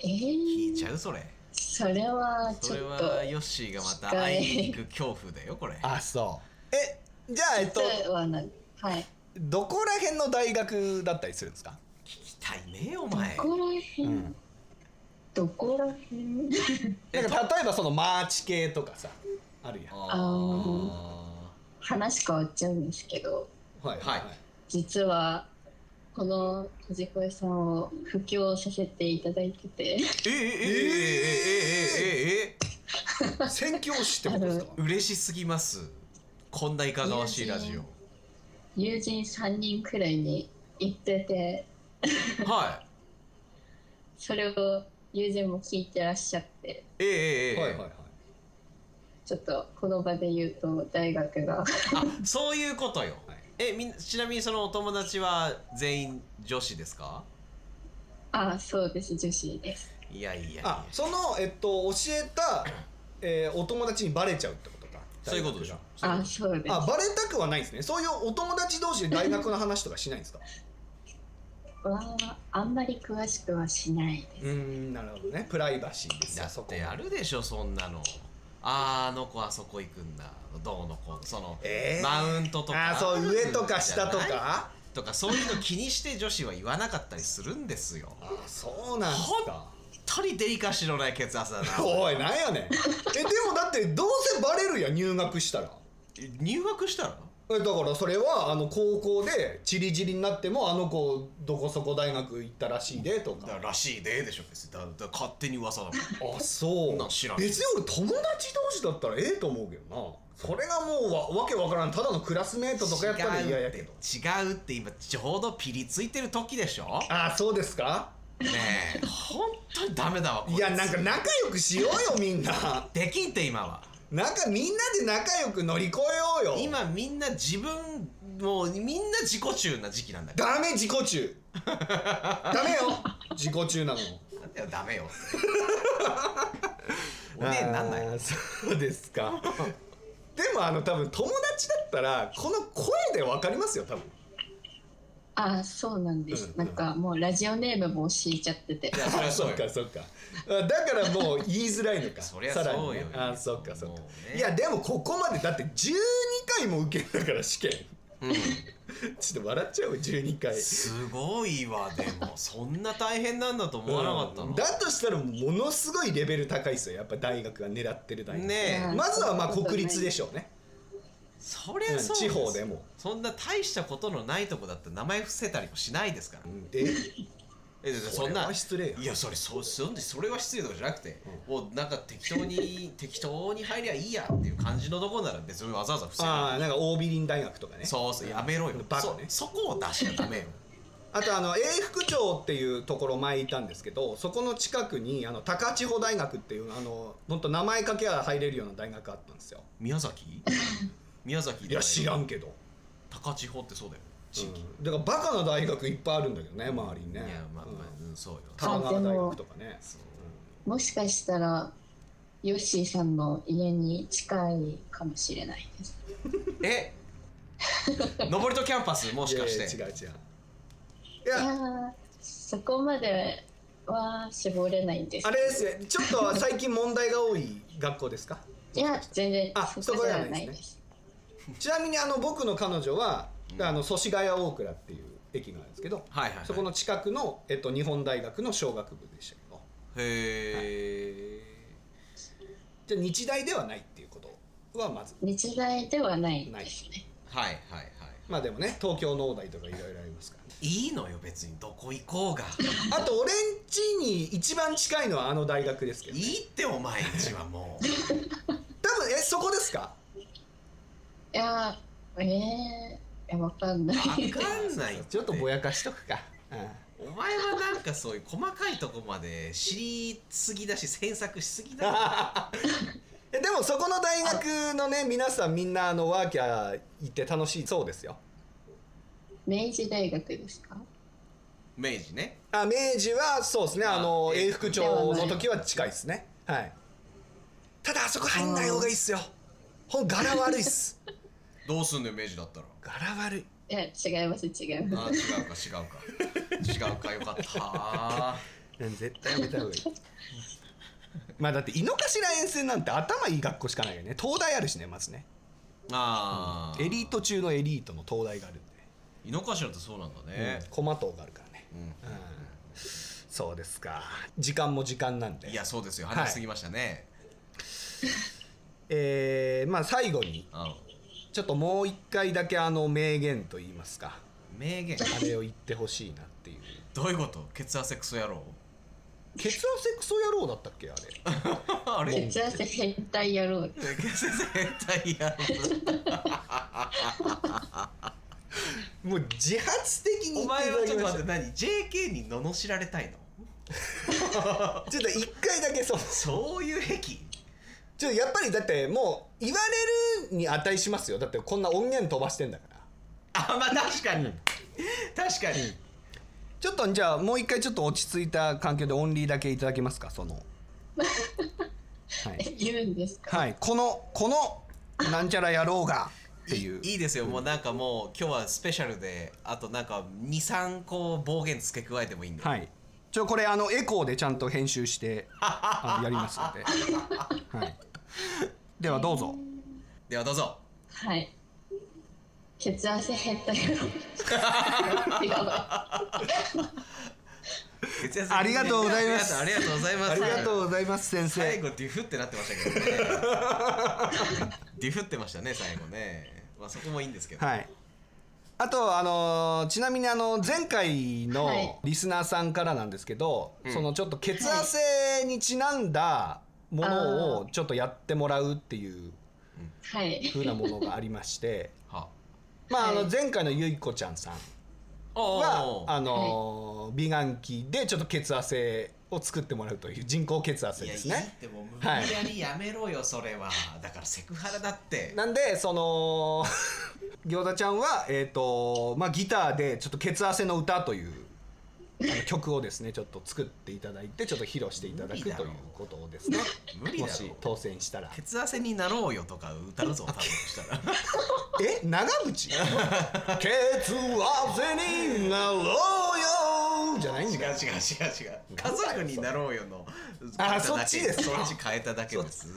Speaker 4: え
Speaker 3: 聞い
Speaker 4: ー、
Speaker 3: ちゃうそれ
Speaker 4: それはち
Speaker 3: それ
Speaker 4: ょっと
Speaker 3: はヨッシーがまた会いに行く恐怖だよこれ
Speaker 2: あそうえじゃあえっと
Speaker 4: 実はなはい
Speaker 2: どこら辺の大学だったりするんですか
Speaker 3: 聞きたいねお
Speaker 4: ど
Speaker 3: 前
Speaker 4: こら辺、
Speaker 2: うん
Speaker 4: どこら辺
Speaker 2: なんか例えばそのマーチ系とかさあるやんは
Speaker 3: あ
Speaker 4: 話変わっちゃうんですけど
Speaker 2: い
Speaker 3: はい
Speaker 4: 実はこの藤子さんを布教させていただいてて
Speaker 3: ーえええええええええええ
Speaker 2: 宣教師ってことですか
Speaker 3: 嬉しすぎますこんないかがわしいラジオ
Speaker 4: 友人3人くらいに行ってて
Speaker 3: は
Speaker 4: それを友人も聞いてらっしゃって
Speaker 3: い。ええええええ
Speaker 2: はいはいはい
Speaker 4: ちょっとこの場で言うと大学が
Speaker 3: あ、そういうことよ。
Speaker 2: はい
Speaker 3: え、みんちなみにそのお友達は全員女子ですか？
Speaker 4: あそうです女子です
Speaker 3: いやいやいや。
Speaker 2: あそのえっと教えた、えーお友達にバレちゃうってことか
Speaker 3: そういうことでしょ。そういう
Speaker 4: あ
Speaker 3: こと
Speaker 4: そうです
Speaker 2: あバレたくはないんですねそういうお友達同士で大学の話とかしないんですか
Speaker 4: わああんまり詳しくはしないで
Speaker 2: うーんなるほどねプライバシーですよ
Speaker 3: だ
Speaker 2: そ
Speaker 3: っ
Speaker 2: こ
Speaker 3: てあるでしょそんなの。あーあの子あそこ行くんだ。どうのこうのその、
Speaker 2: えー
Speaker 3: マウントとか
Speaker 2: あーそう上とか下と
Speaker 3: じゃない
Speaker 2: か
Speaker 3: とかそういうの気にして女子は言わなかったりするんですよ。
Speaker 2: あそうなんですか
Speaker 3: 本当にデリカシーのない血圧だな。
Speaker 2: おいなんやねんえでもだってどうせバレるやん入学したら
Speaker 3: 入学したら？
Speaker 2: えだからそれはあの高校でチリチリになってもあの子どこそこ大学行ったらしいでと
Speaker 3: だ
Speaker 2: から
Speaker 3: しいででしょ別にだだ勝手に噂だもん。
Speaker 2: あそ
Speaker 3: なん知らん
Speaker 2: 別に俺友達同士だったらええと思うけどなそれがもうわわけわからんただのクラスメートとかやったら嫌やけど
Speaker 3: 違うって違うって今ちょうどピリついてる時でしょ
Speaker 2: あそうですか
Speaker 3: ねえ本当にダメだわこ
Speaker 2: いやなんか仲良くしようよみんな
Speaker 3: できんって今は
Speaker 2: なんかみんなで仲良く乗り越えようよ
Speaker 3: 今みんな自分もうみんな自己中な時期なんだか
Speaker 2: ダメ自己 中ダメよ自己中なの
Speaker 3: らなんだよダメよ おねえなんない
Speaker 2: あーそうですか でもあの多分友達だったらこの声で分かりますよ多分
Speaker 4: あそうなんで
Speaker 2: う
Speaker 4: す、
Speaker 2: ん
Speaker 4: なんかもうラジオネームも教えちゃってて
Speaker 3: いやそりゃそう
Speaker 2: っか
Speaker 3: よ
Speaker 2: そっかあだからもう言いづらいの か
Speaker 3: そりゃ
Speaker 2: さらに
Speaker 3: そうよ
Speaker 2: ねあそっかそっか
Speaker 3: もうね
Speaker 2: いやでもここまでだって12回も受けたから試験
Speaker 3: うん、
Speaker 2: ちょっと笑っちゃうよ12回
Speaker 3: すごいわでもそんな大変なんだと思わなかったの、
Speaker 2: だとしたらものすごいレベル高いですよやっぱ大学が狙ってる大学、
Speaker 3: ねえ
Speaker 2: まずはまあ国立でしょうね、
Speaker 3: そりゃそう
Speaker 2: 地方ですも、
Speaker 3: そんな大したことのないとこだって名前伏せたりもしないですから
Speaker 2: うん、で
Speaker 3: えだってそん
Speaker 2: これ
Speaker 3: な
Speaker 2: は失礼よ
Speaker 3: いやそれそうそんでそれは失礼とかじゃなくて、もうなんか適当に適当に入りゃいいやっていう感じのとこなら別にわざわざ伏せ
Speaker 2: あ
Speaker 3: な
Speaker 2: あなんかオービリン大学とかね
Speaker 3: いそうそうやめろよ、
Speaker 2: バカ
Speaker 3: そ
Speaker 2: ね
Speaker 3: そこを出しちゃダメよ
Speaker 2: あとあの永福町っていうところ前いたんですけどそこの近くにあの高千穂大学っていうあの本当名前かけは入れるような大学あったんですよ
Speaker 3: 宮 崎宮崎
Speaker 2: いや知ら
Speaker 3: ん
Speaker 2: んけど、
Speaker 3: 高千穂ってそうだよ地域、
Speaker 2: うんだからバカな大学いっぱいあるんだけどね周りにね
Speaker 3: いやまあまあ
Speaker 2: うん、
Speaker 3: うん、そうよ
Speaker 2: 玉川大学とかね
Speaker 3: そう
Speaker 4: もしかしたらヨッシーさんの家に近いかもしれないです
Speaker 3: え登戸キャンパスもしかして
Speaker 2: いやいや違う違うい
Speaker 4: いや
Speaker 2: や
Speaker 4: ーそこまでは絞れないんです
Speaker 2: あれですねちょっと最近問題が多い学校ですか
Speaker 4: いや全然
Speaker 2: あ
Speaker 4: そこでは
Speaker 2: そ
Speaker 4: ない
Speaker 2: こではない
Speaker 4: で
Speaker 2: ですちなみにあの僕の彼女は、
Speaker 3: うん
Speaker 2: あの祖師ヶ谷大倉っていう駅があるんですけど、
Speaker 3: はいはい、はい、
Speaker 2: そこの近くの、えっと、日本大学の商学部でしたけど
Speaker 3: へ
Speaker 2: じゃあ日大ではないっていうことはまず
Speaker 4: 日大ではないですね
Speaker 3: ーはいはいはい
Speaker 2: まあでもね東京農大とかいろいろありますからね
Speaker 3: いいのよ別にどこ行こうが
Speaker 2: あと俺んちに一番近いのはあの大学ですけど
Speaker 3: いいってお前んちはもう
Speaker 2: 多分えそこですか
Speaker 4: いやーえー、いやわかんない
Speaker 3: 分かん ない
Speaker 2: ちょっとぼ
Speaker 3: や
Speaker 2: やかしとくか、うん
Speaker 3: お前はなんかそういう細かいとこまで知りすぎだし詮索しすぎだ よ
Speaker 2: えでもそこの大学のね皆さんみんなあのワーキャー行って楽しいそうですよ
Speaker 4: 明治大学ですか
Speaker 3: 明治ね
Speaker 2: あ明治はそうですねあの
Speaker 3: あ
Speaker 2: 永福町の時は近いですねはいただあそこ入んない方がいいっすよほん柄悪いっ す
Speaker 3: どうすんのよ明治だったら
Speaker 2: 柄悪い
Speaker 4: いや違います違います
Speaker 3: あー違うか違うか違うかよかった
Speaker 2: うん絶対やめた方がいい まあだって井の頭沿線なんて頭いい学校しかないよね東大あるしねまずね
Speaker 3: あー
Speaker 2: エリート中のエリートの東大があるんで、
Speaker 3: 井の頭ってそうなんだね
Speaker 2: うん、駒党があるからね、
Speaker 3: うん
Speaker 2: うん、そうですか時間も時間なんで
Speaker 3: いやそうですよ話しすぎましたね、
Speaker 2: えーまあ最後にちょっともう一回だけあの名言と言いますか
Speaker 3: うん名言
Speaker 2: あれを言ってほしいなっていう
Speaker 3: どういうこと血圧セクソ野郎
Speaker 2: 血圧セクソ野郎だったっけあれ
Speaker 3: あれ
Speaker 4: 血圧変態野郎
Speaker 3: 血圧絶対やろ
Speaker 2: もう自発的
Speaker 3: う
Speaker 2: に
Speaker 3: お
Speaker 2: 言って
Speaker 3: 前は
Speaker 2: いただ
Speaker 3: ちょっ
Speaker 2: き
Speaker 3: と
Speaker 2: ま
Speaker 3: 待っ
Speaker 2: して
Speaker 3: 何 JK に罵られたいの
Speaker 2: たちょっと一回だけそう
Speaker 3: そういう癖
Speaker 2: ちょっとやっぱりだってもう言われるに値しますよだってこんな音源飛ばしてんだから
Speaker 3: あまあ確かに、確かに、
Speaker 2: ちょっとじゃあもう一回ちょっと落ち着いた環境でオンリーだけいただけますかそのはい、
Speaker 4: 言うんですか
Speaker 2: はい、このこのなんちゃら野郎がっていう
Speaker 3: いいですよもうなんかもう今日はスペシャルであとなんか23個暴言付け加えてもいいんで、
Speaker 2: はい。ちょこれあのエコーでちゃんと編集してあのやりますので。はい。ではどうぞ。
Speaker 3: ではどうぞ
Speaker 4: はい血圧変態野郎 やばい
Speaker 3: 血圧
Speaker 2: ありがとうございます
Speaker 3: ありがとうございます
Speaker 2: ありがとうございます先
Speaker 3: 最
Speaker 2: 生。
Speaker 3: 後ディフってなってましたけどねディフってましたね最後ねまあそこもいいんですけど、
Speaker 2: はい。あとあのーちなみにあの前回
Speaker 4: はい
Speaker 2: のリスナーさんからなんですけど、
Speaker 3: うん
Speaker 2: そのちょっと血圧にちなんだものをちょっとやってもらうっていう
Speaker 4: はい
Speaker 2: 風なものがありま して、
Speaker 3: は
Speaker 2: まああ
Speaker 4: は
Speaker 2: の
Speaker 4: い
Speaker 2: 前回のゆいこちゃんさん
Speaker 3: お
Speaker 2: は
Speaker 3: ー
Speaker 2: あのー美顔器でちょっと血汗を作ってもらうという人工血汗
Speaker 3: いや
Speaker 2: です
Speaker 3: いいっ
Speaker 2: ね。
Speaker 3: てもう無理
Speaker 2: はい
Speaker 3: やりやめろよそれは、だからセクハラだって
Speaker 2: なんでその 餃子ちゃんはえっ、とまあギターでちょっと血汗の歌というあの曲をですねちょっと作っていただいてちょっと披露していただく
Speaker 3: 無
Speaker 2: と
Speaker 3: 理
Speaker 2: い
Speaker 3: だ
Speaker 2: う
Speaker 3: ろ
Speaker 2: ことですね。
Speaker 3: 無理だ
Speaker 2: も
Speaker 3: ろ
Speaker 2: し当選したら。
Speaker 3: 血汗になろうよとか歌うぞ 多分そしたら
Speaker 2: え長 渕血汗になろうよじゃないんだ
Speaker 3: 違う
Speaker 2: よ。
Speaker 3: 違う違う違う家族になろうよの
Speaker 2: あそっちです
Speaker 3: そっち変えただけです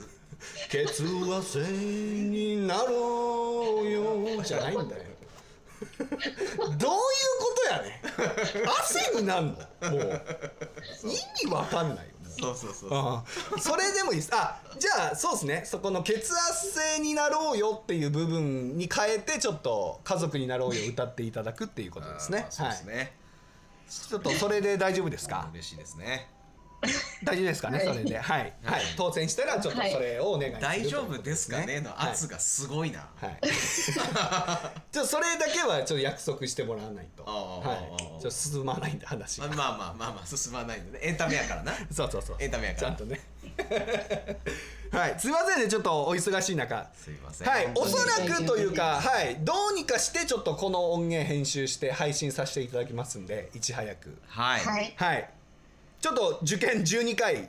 Speaker 2: 血汗になろうよじゃないんだよどういうことやねん汗になんのもう意味わかんないよも
Speaker 3: そ
Speaker 2: う
Speaker 3: うそうそう
Speaker 2: ああそれでもいいですあじゃあそうですねそこの血圧制になろうよっていう部分に変えてちょっと家族になろうよ歌っていただくっていうことですね
Speaker 3: あーそうですね、
Speaker 2: はい、ちょっとそれで大丈夫ですか
Speaker 3: 嬉しいですね
Speaker 2: 大丈夫ですかね
Speaker 4: はい
Speaker 2: それではい、
Speaker 3: は
Speaker 2: はいい、当選したらちょっとそれをお願いする
Speaker 3: 大丈夫ですかねの圧
Speaker 2: が
Speaker 3: がすごいな、
Speaker 2: はい、はい、ちょっとそれだけはちょっと約束してもらわないと
Speaker 3: ああ
Speaker 2: は
Speaker 3: ああ
Speaker 2: い
Speaker 3: ああ
Speaker 2: ちょっと進まないんで話
Speaker 3: ま
Speaker 2: が
Speaker 3: あまあまあまあまあ進まないんでねエンタメやからな
Speaker 2: そうそうそう
Speaker 3: エンタメやか
Speaker 2: ちゃ
Speaker 3: ら
Speaker 2: んとね はいすいませんねちょっとお忙しい中
Speaker 3: すいません
Speaker 2: はい
Speaker 3: 本、当
Speaker 2: お
Speaker 3: に
Speaker 2: そらくというか、はい、どうにかしてちょっとこの音源編集して配信させていただきますんで、いち早く。
Speaker 3: はい、
Speaker 4: はい。
Speaker 2: はい。ちょっと受験12回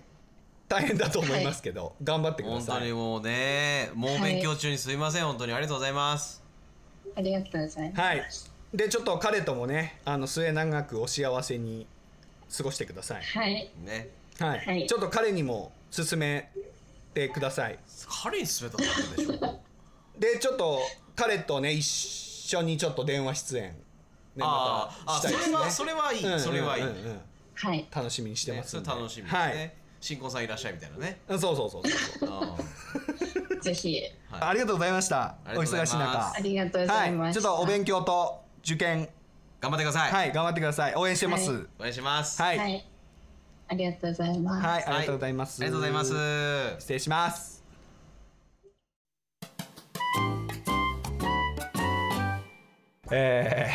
Speaker 2: 大変だと思いますけど、頑張ってくだ
Speaker 3: 本当
Speaker 2: さ
Speaker 3: に
Speaker 2: い。
Speaker 3: もうねもう勉強中にすいません、本当にありがとうございます
Speaker 4: ありがとうございます。
Speaker 2: はい。で、ちょっと彼ともね、あの末永くお幸せに過ごしてください。
Speaker 4: はい。
Speaker 3: ね
Speaker 2: はい。
Speaker 4: はい
Speaker 2: ちょっと彼にも勧めてください。
Speaker 3: 彼に勧めたことあ るでしょ
Speaker 2: で、ちょっと彼とね、一緒にちょっと電話出演、ね、
Speaker 3: あーあ
Speaker 2: したい
Speaker 3: そ
Speaker 2: です
Speaker 3: れ
Speaker 2: ね
Speaker 3: はそれはいい、
Speaker 2: うんうんうんうん
Speaker 3: それはいい、
Speaker 4: はい。
Speaker 2: 楽しみにしてますん
Speaker 3: ね
Speaker 2: で、
Speaker 3: それ楽しみですね、
Speaker 2: はい
Speaker 3: 新婚さんいらっしゃいみたいなね
Speaker 2: そうそうそう そう
Speaker 3: うんは
Speaker 4: ぜひ、
Speaker 2: ありがとうございました
Speaker 3: あり
Speaker 2: お
Speaker 3: がとうございま
Speaker 2: 忙し
Speaker 3: す
Speaker 2: い中
Speaker 4: ありがとうござい
Speaker 2: は
Speaker 4: ま
Speaker 2: い
Speaker 4: す。
Speaker 2: ちょっとお勉強と受験
Speaker 3: 頑張ってください、
Speaker 2: はい頑張ってください応援してます
Speaker 4: はい
Speaker 3: お願いします、
Speaker 2: は
Speaker 4: はいい。
Speaker 2: はい
Speaker 4: ありがとうございます。
Speaker 2: ありがとうございま
Speaker 3: あ
Speaker 2: す
Speaker 3: りがとうございます
Speaker 2: 失礼しますえ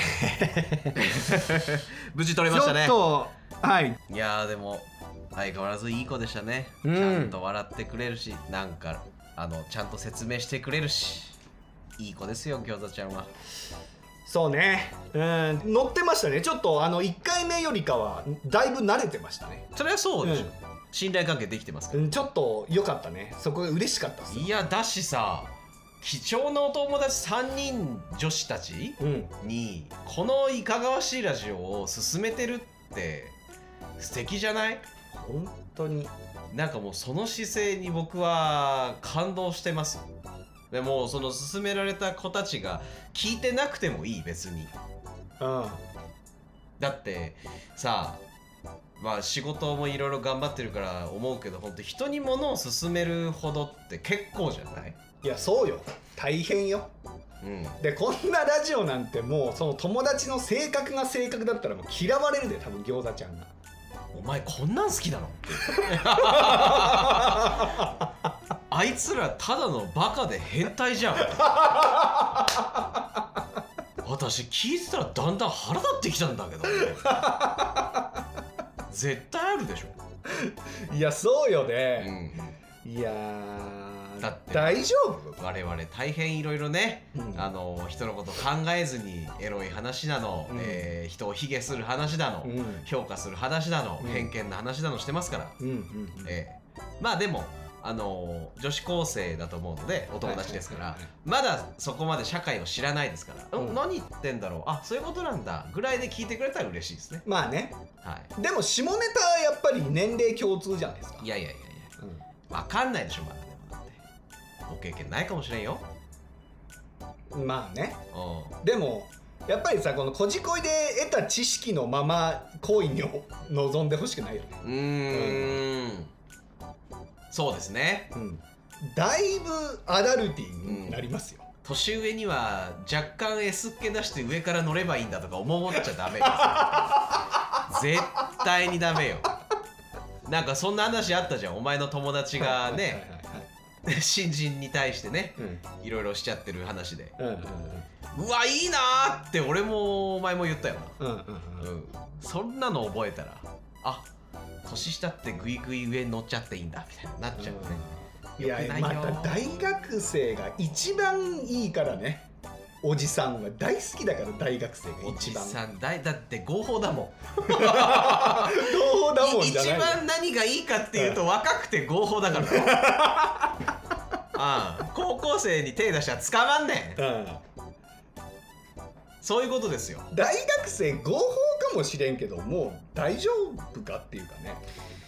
Speaker 3: 無事取
Speaker 2: ー、
Speaker 3: れま
Speaker 2: ち
Speaker 3: した
Speaker 2: ょ
Speaker 3: ね
Speaker 2: っとはい
Speaker 3: いやーでも相変わらずいい子でしたね、
Speaker 2: うん
Speaker 3: ちゃんと笑ってくれるしなんかあのちゃんと説明してくれるしいい子ですよ餃子ちゃんは
Speaker 2: そうねうん乗ってましたねちょっとあの1回目よりかはだいぶ慣れてましたね
Speaker 3: それはそうでしょ、
Speaker 2: うん
Speaker 3: 信頼関係できてますか
Speaker 2: うんちょっと良かったねそこが嬉しかったっす
Speaker 3: らいやだしさ貴重なお友達3人女子たち
Speaker 2: うん
Speaker 3: にこのいかがわしいラジオを進めてるって素敵じゃない
Speaker 2: 本当に
Speaker 3: なんかもうその姿勢に僕は感動してますでもその勧められた子たちが聞いてなくてもいい別に
Speaker 2: うん
Speaker 3: だってさまあ仕事もいろいろ頑張ってるから思うけど本当人に物を勧めるほどって結構じゃない
Speaker 2: いやそうよ大変よ
Speaker 3: うん
Speaker 2: でこんなラジオなんてもうその友達の性格が性格だったらもう嫌われるで多分餃子ちゃんが
Speaker 3: お前こんなん好きなの あいつらただのバカで変態じゃん私聞いてたらだんだん腹立ってきたんだけど絶対あるでしょ、
Speaker 2: いやそうよ
Speaker 3: う
Speaker 2: ね、
Speaker 3: ん、
Speaker 2: いやー
Speaker 3: だって
Speaker 2: 大丈夫
Speaker 3: 我々大変いろいろね、
Speaker 2: うん
Speaker 3: あの人のこと考えずにエロい話なの、
Speaker 2: うん
Speaker 3: えー人を卑下する話なの、
Speaker 2: うん
Speaker 3: 評価する話なの、
Speaker 2: うん
Speaker 3: 偏見の話なのしてますから、
Speaker 2: うんうん
Speaker 3: ええまあでもあの女子高生だと思うのでお友達ですから、
Speaker 2: はいはいはい
Speaker 3: まだそこまで社会を知らないですから、うん
Speaker 2: うん
Speaker 3: 何言ってんだろうあそういうことなんだぐらいで聞いてくれたら嬉しいですね
Speaker 2: まあね
Speaker 3: は
Speaker 2: でも下ネタはやっぱり年齢共通じゃないですか
Speaker 3: いいやいやいやい
Speaker 2: うん
Speaker 3: や分かんないでしょまだでもだってご経験ないかもしれんよ
Speaker 2: まあね
Speaker 3: う
Speaker 2: でもやっぱりさこのこじこいで得た知識のまま行為にお望んでほしくないよね
Speaker 3: んうーん、そうですね
Speaker 2: うんだいぶアダルティーになりますよ、
Speaker 3: 年上には若干 S っ気出して上から乗ればいいんだとか思っちゃダメです絶対にダメよなんかそんな話あったじゃんお前の友達がね新人に対してね
Speaker 2: うん
Speaker 3: いろいろしちゃってる話で
Speaker 2: うんうん
Speaker 3: うわいいなーって俺もお前も言ったよ
Speaker 2: うんうん
Speaker 3: なうんそんなの覚えたらあ年下ってグイグイ上に乗っちゃっていいんだみたいになっちゃうね、
Speaker 2: いや
Speaker 3: よくないよ
Speaker 2: また大学生が一番いいからねおじさんは大好きだから大学生が
Speaker 3: お
Speaker 2: 一
Speaker 3: じ
Speaker 2: 番
Speaker 3: さんだいだって合法だもん
Speaker 2: どうだもんじゃない
Speaker 3: 一番何がいいかっていうと若くて合法だからああ高校生に手出したら捕まんねん
Speaker 2: うん
Speaker 3: そういうことですよ
Speaker 2: 大学生合法かもしれんけどもう大丈夫かっていうかね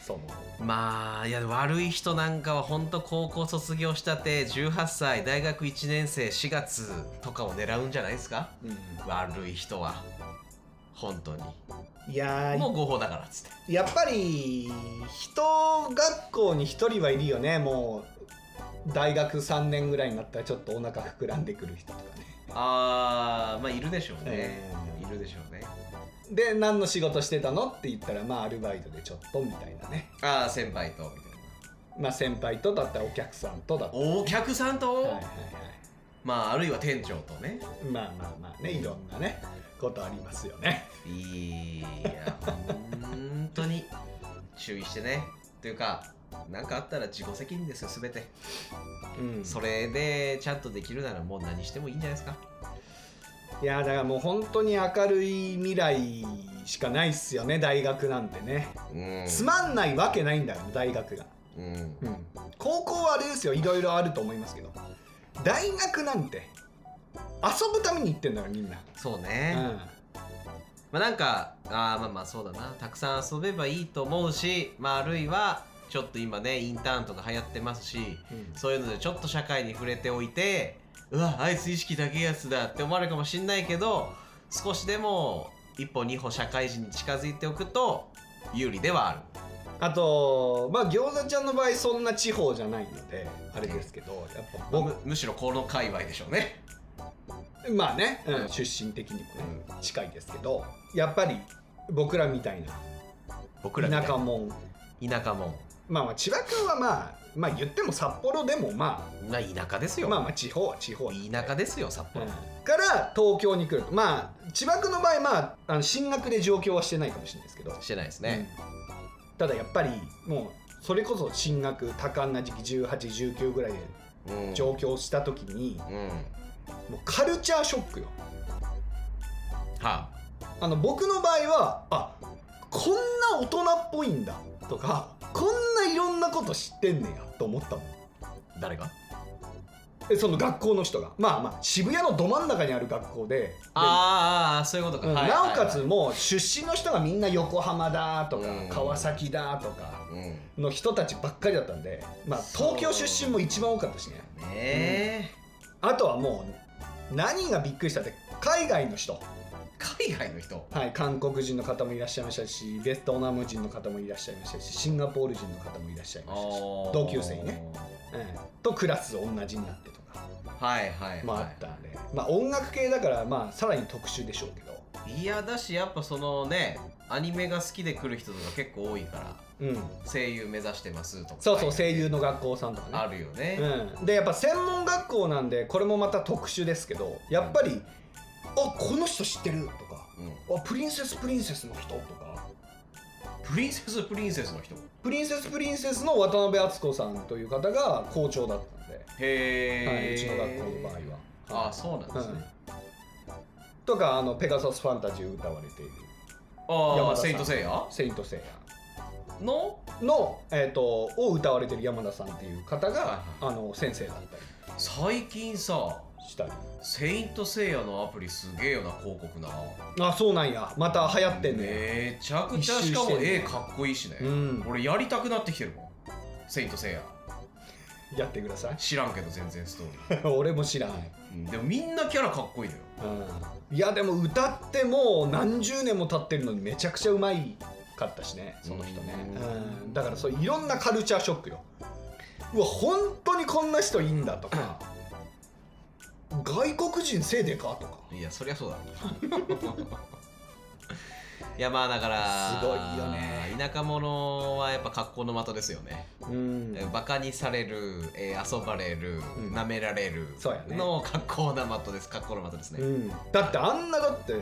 Speaker 2: その
Speaker 3: まあいや悪い人なんかは本当高校卒業したて18歳大学1年生4月とかを狙うんじゃないですか
Speaker 2: うん
Speaker 3: 悪い人は本当に
Speaker 2: いやー
Speaker 3: もう合法だからっつって
Speaker 2: やっぱり人学校に一人はいるよねもう大学3年ぐらいになったらちょっとお腹膨らんでくる人とかね
Speaker 3: ああまあいるでしょうね、
Speaker 2: え
Speaker 3: いるでしょうね
Speaker 2: で何の仕事してたのって言ったらまあアルバイトでちょっとみたいなね
Speaker 3: ああ先輩とみたいな
Speaker 2: まあ先輩とだったらお客さんとだった
Speaker 3: お客さんと、
Speaker 2: らはいはいは
Speaker 3: まああるいは店長とね
Speaker 2: いまあまあまあねいろんなねことありますよね
Speaker 3: いや本当に注意してねというか何かあったら自己責任ですよ全て
Speaker 2: うん
Speaker 3: それでちゃんとできるならもう何してもいいんじゃないですか
Speaker 2: いやだからもう本当に明るい未来しかないっすよね大学なんてね
Speaker 3: うん
Speaker 2: つまんないわけないんだよ大学が
Speaker 3: うん
Speaker 2: うん高校はあれですよいろいろあると思いますけど大学なんて遊ぶために行ってんだからみんな、
Speaker 3: そう
Speaker 2: う
Speaker 3: ね、
Speaker 2: ん、
Speaker 3: まあなんかあーまあまあそうだなたくさん遊べばいいと思うしまああるいはちょっと今ねインターンとか流行ってますしそういうのでちょっと社会に触れておいてうわあいつ意識だけやつだって思われるかもしんないけど少しでも一歩二歩社会人に近づいておくと有利ではある
Speaker 2: あとまあ餃子ちゃんの場合そんな地方じゃないのであれですけどやっぱ
Speaker 3: まあ
Speaker 2: 僕
Speaker 3: むむしろこの界隈でしょうね
Speaker 2: まあね、うん
Speaker 3: うん
Speaker 2: 出身的にもね近いですけどやっぱり僕らみたいな
Speaker 3: 僕らみたい
Speaker 2: 田
Speaker 3: な
Speaker 2: 舎もん
Speaker 3: 田舎も
Speaker 2: まあまあ千葉君はまあまあ言っても札幌でもま
Speaker 3: まあ田舎です
Speaker 2: あ
Speaker 3: よ、
Speaker 2: まあまあ地方は地方
Speaker 3: 田舎ですよ札幌、
Speaker 2: から東京に来るとまあ千葉君の場合まああの進学で上京はしてないかもしれないですけど、
Speaker 3: してないですね、
Speaker 2: うんただやっぱりもうそれこそ進学多感な時期1819ぐらいで
Speaker 3: うん
Speaker 2: 上京した時に、
Speaker 3: うんは
Speaker 2: もうカルチャーショックよ
Speaker 3: あ
Speaker 2: あの僕の場合はあこんな大人っぽいんだとかこんないろんなこと知ってんねやと思ったもん
Speaker 3: 誰が
Speaker 2: えその学校の人がまあまあ渋谷のど真ん中にある学校でで
Speaker 3: あーあーそういうことか、
Speaker 2: うん
Speaker 3: はい
Speaker 2: なおかつ
Speaker 3: はいはい
Speaker 2: もう出身の人がみんな横浜だとか
Speaker 3: うん
Speaker 2: 川崎だとか
Speaker 3: うんね
Speaker 2: の人たちばっかりだったんで、まあ、
Speaker 3: そう
Speaker 2: 東京出身も一番多かったしね
Speaker 3: え、
Speaker 2: あとはもう何がびっくりしたって海外の人、
Speaker 3: 海外の人
Speaker 2: はい、韓国人の方もいらっしゃいましたしベトナム人の方もいらっしゃいましたしシンガポール人の方もいらっしゃいましたし、同級生ねうんとクラス同じになってとか
Speaker 3: はいはいはい、
Speaker 2: もあったんで、まあ、音楽系だからまあさらに特殊でしょうけど。
Speaker 3: いやだしやっぱそのねアニメが好きで来る人とか結構多いから
Speaker 2: うん、
Speaker 3: 声優目指してますとか
Speaker 2: そうそう声優の学校さんとかね
Speaker 3: あるよね、
Speaker 2: うん、でやっぱ専門学校なんでこれもまた特殊ですけどやっぱり「あこの人知ってる」とか
Speaker 3: うん
Speaker 2: 「あプリンセスプリンセスの人」とか
Speaker 3: プリンセスプリンセスの人へ
Speaker 2: プリンセスプリンセスの渡辺敦子さんという方が校長だったんで、
Speaker 3: え、
Speaker 2: はい、うちの学校の場合は。
Speaker 3: あそうなんですね、
Speaker 2: とかあのペガサスファンタジーを歌われている
Speaker 3: あ
Speaker 2: 山
Speaker 3: あ
Speaker 2: 田さん
Speaker 3: セイントセイヤ
Speaker 2: 「セイント・セイヤ
Speaker 3: の」
Speaker 2: の、えー、とを歌われている山田さんっていう方が
Speaker 3: は
Speaker 2: あの先生だったり
Speaker 3: 最近さ
Speaker 2: したり
Speaker 3: セイントセイヤのアプリすげえよな広告な
Speaker 2: あそうなんやまた流行ってんねや
Speaker 3: めちゃくちゃ
Speaker 2: 一周し
Speaker 3: し
Speaker 2: てん
Speaker 3: か
Speaker 2: ね
Speaker 3: も絵かっこいいしね、
Speaker 2: うん
Speaker 3: 俺やりたくなってきてるもんセイントセイヤ
Speaker 2: やってください
Speaker 3: 知らんけど全然ストーリー
Speaker 2: 俺も知らない
Speaker 3: うんでもみんなキャラかっこいいのよ
Speaker 2: いやでも歌ってもう何十年も経ってるのにめちゃくちゃうまいかったしねその人ね
Speaker 3: うん
Speaker 2: うんだからそういろんなカルチャーショックようわ本当にこんな人いいんだとか外国人せいでかとか
Speaker 3: いやそりゃそうだ いやまあだから
Speaker 2: すごいよね
Speaker 3: 田舎者はやっぱ格好の的ですよね、
Speaker 2: うん
Speaker 3: バカにされる、えー遊ばれる
Speaker 2: うん
Speaker 3: な、舐められる
Speaker 2: そうやね
Speaker 3: の格好な的です格好の的ですね、
Speaker 2: うんだってあんなだって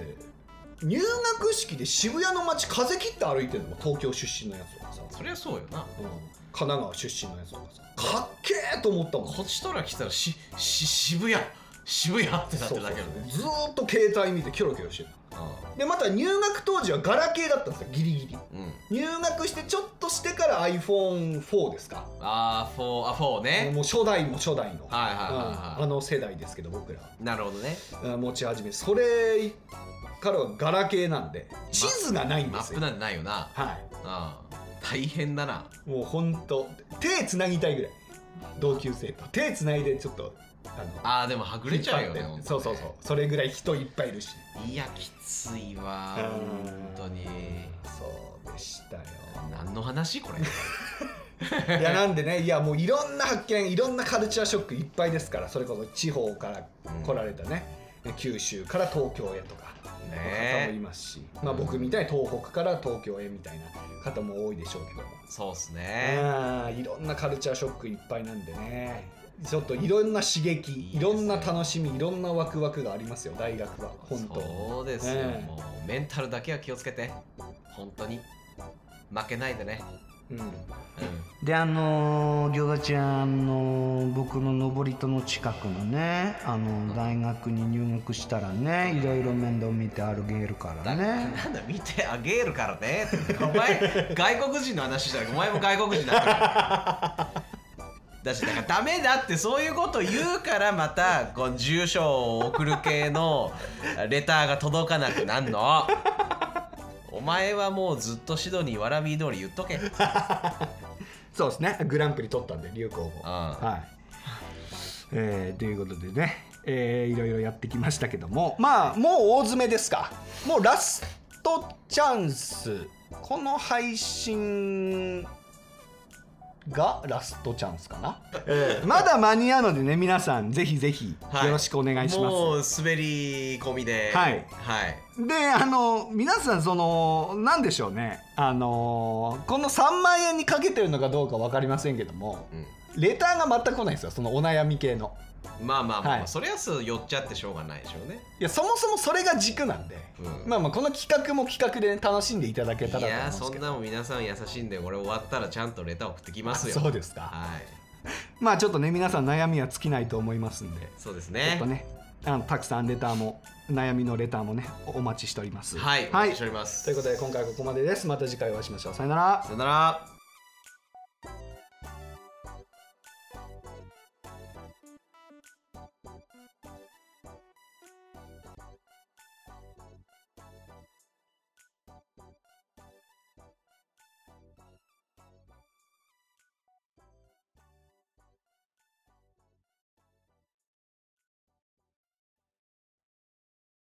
Speaker 2: 入学式で渋谷の街風切って歩いてるのも東京出身のやつとかさ、
Speaker 3: そりゃそうよな
Speaker 2: うん神奈川出身のやつとかさかっけえと思ったもん
Speaker 3: こっちとら来たらしし渋谷渋谷ってなってるだけよね
Speaker 2: ずーっと携帯見てキョロキョロしてるでまた入学当時はガラケーだったんですよギリギリ
Speaker 3: うん、うん、
Speaker 2: 入学してちょっとしてから iPhone4 ですか
Speaker 3: あーフォーあフォーね
Speaker 2: もう初代も初代の、
Speaker 3: はいはい
Speaker 2: うん
Speaker 3: はい
Speaker 2: あ
Speaker 3: は
Speaker 2: の世代ですけど僕ら
Speaker 3: いなるほどね
Speaker 2: うん持ち始めそれ彼はガラケーなんで地図がないん
Speaker 3: マ
Speaker 2: で
Speaker 3: ッ
Speaker 2: す
Speaker 3: プ
Speaker 2: よ、
Speaker 3: なんてないよな
Speaker 2: は
Speaker 3: ああ大変だない
Speaker 2: もうほんと手つなぎたいぐらい同級生と手つないでちょっとあの
Speaker 3: ああでもはぐれちゃうよね
Speaker 2: 引っ張っ
Speaker 3: 本当ね
Speaker 2: てそうそうそうそれぐらい人いっぱいいるし
Speaker 3: いやきついわ
Speaker 2: うん
Speaker 3: 本当に
Speaker 2: そうでしたよ
Speaker 3: 何の話これ
Speaker 2: いやなんでねいやもういろんな発見いろんなカルチャーショックいっぱいですからそれこそ地方から来られたね、九州から東京へとか方もい
Speaker 3: ねえ
Speaker 2: ますし、まあ、僕みたいに東北から東京へみたいな方も多いでしょうけども、
Speaker 3: そうっす
Speaker 2: え
Speaker 3: ね
Speaker 2: いろんなカルチャーショックいっぱいなんでねちょっといろんな刺激いろんな楽しみいろんなワクワクがありますよ大学は本当
Speaker 3: そうですよ、
Speaker 2: ええ
Speaker 3: もうメンタルだけは気をつけて本当に負けないでね、
Speaker 2: うん
Speaker 3: う
Speaker 5: であのりょうがちゃんの僕の登り戸の近くのねあの大学に入学したらねいろいろ面倒見てあげるから
Speaker 3: ん、
Speaker 5: ね
Speaker 3: なんだ見てあげるからねってお前外国人の話じゃなくお前も外国人だからだしだからダメだってそういうこと言うからまたこう住所を送る系のレターが届かなくなんのお前はもうずっとシドニーわらび通り言っとけ
Speaker 2: そうですねグランプリ取ったんで流行語
Speaker 3: ああ
Speaker 5: はい。えーということでね、えーいろいろやってきましたけども、まあ、もう大詰めですか。もうラストチャンス。この配信がラストチャンスかな。まだ間に合うのでね、皆さん、ぜひぜひ
Speaker 3: はい
Speaker 5: よろしくお願いします。
Speaker 3: もう滑り込みでは
Speaker 5: はい
Speaker 3: はい
Speaker 5: であの皆さんその何でしょうねあのこの3万円にかけてるのかどうか分かりませんけども
Speaker 3: う
Speaker 5: レターが全く来ないんですよそのお悩み系の
Speaker 3: ん、まあまあまあ、
Speaker 5: はい
Speaker 3: そりゃそう寄っちゃってしょうがないでしょうね、
Speaker 5: いやそもそもそれが軸なんで、
Speaker 3: うん
Speaker 5: まあまあこの企画も企画でね、楽しんでいただけたら
Speaker 3: い
Speaker 5: と思うん
Speaker 3: やー
Speaker 5: ですけど
Speaker 3: そんなもん皆さん優しいんでこれ終わったらちゃんとレター送ってきますよ
Speaker 5: そうですか
Speaker 3: はい
Speaker 5: まあちょっとね皆さん悩みは尽きないと思いますんで
Speaker 3: そうです
Speaker 5: ちょっ
Speaker 3: ね
Speaker 5: とねあのたくさんレターも悩みのレターもねおお待ちしております
Speaker 3: はいお
Speaker 5: は
Speaker 3: 待
Speaker 5: い
Speaker 3: ちしております、
Speaker 5: ということで今回はここまでですまた次回お会いしましょうさよなら
Speaker 3: さよなら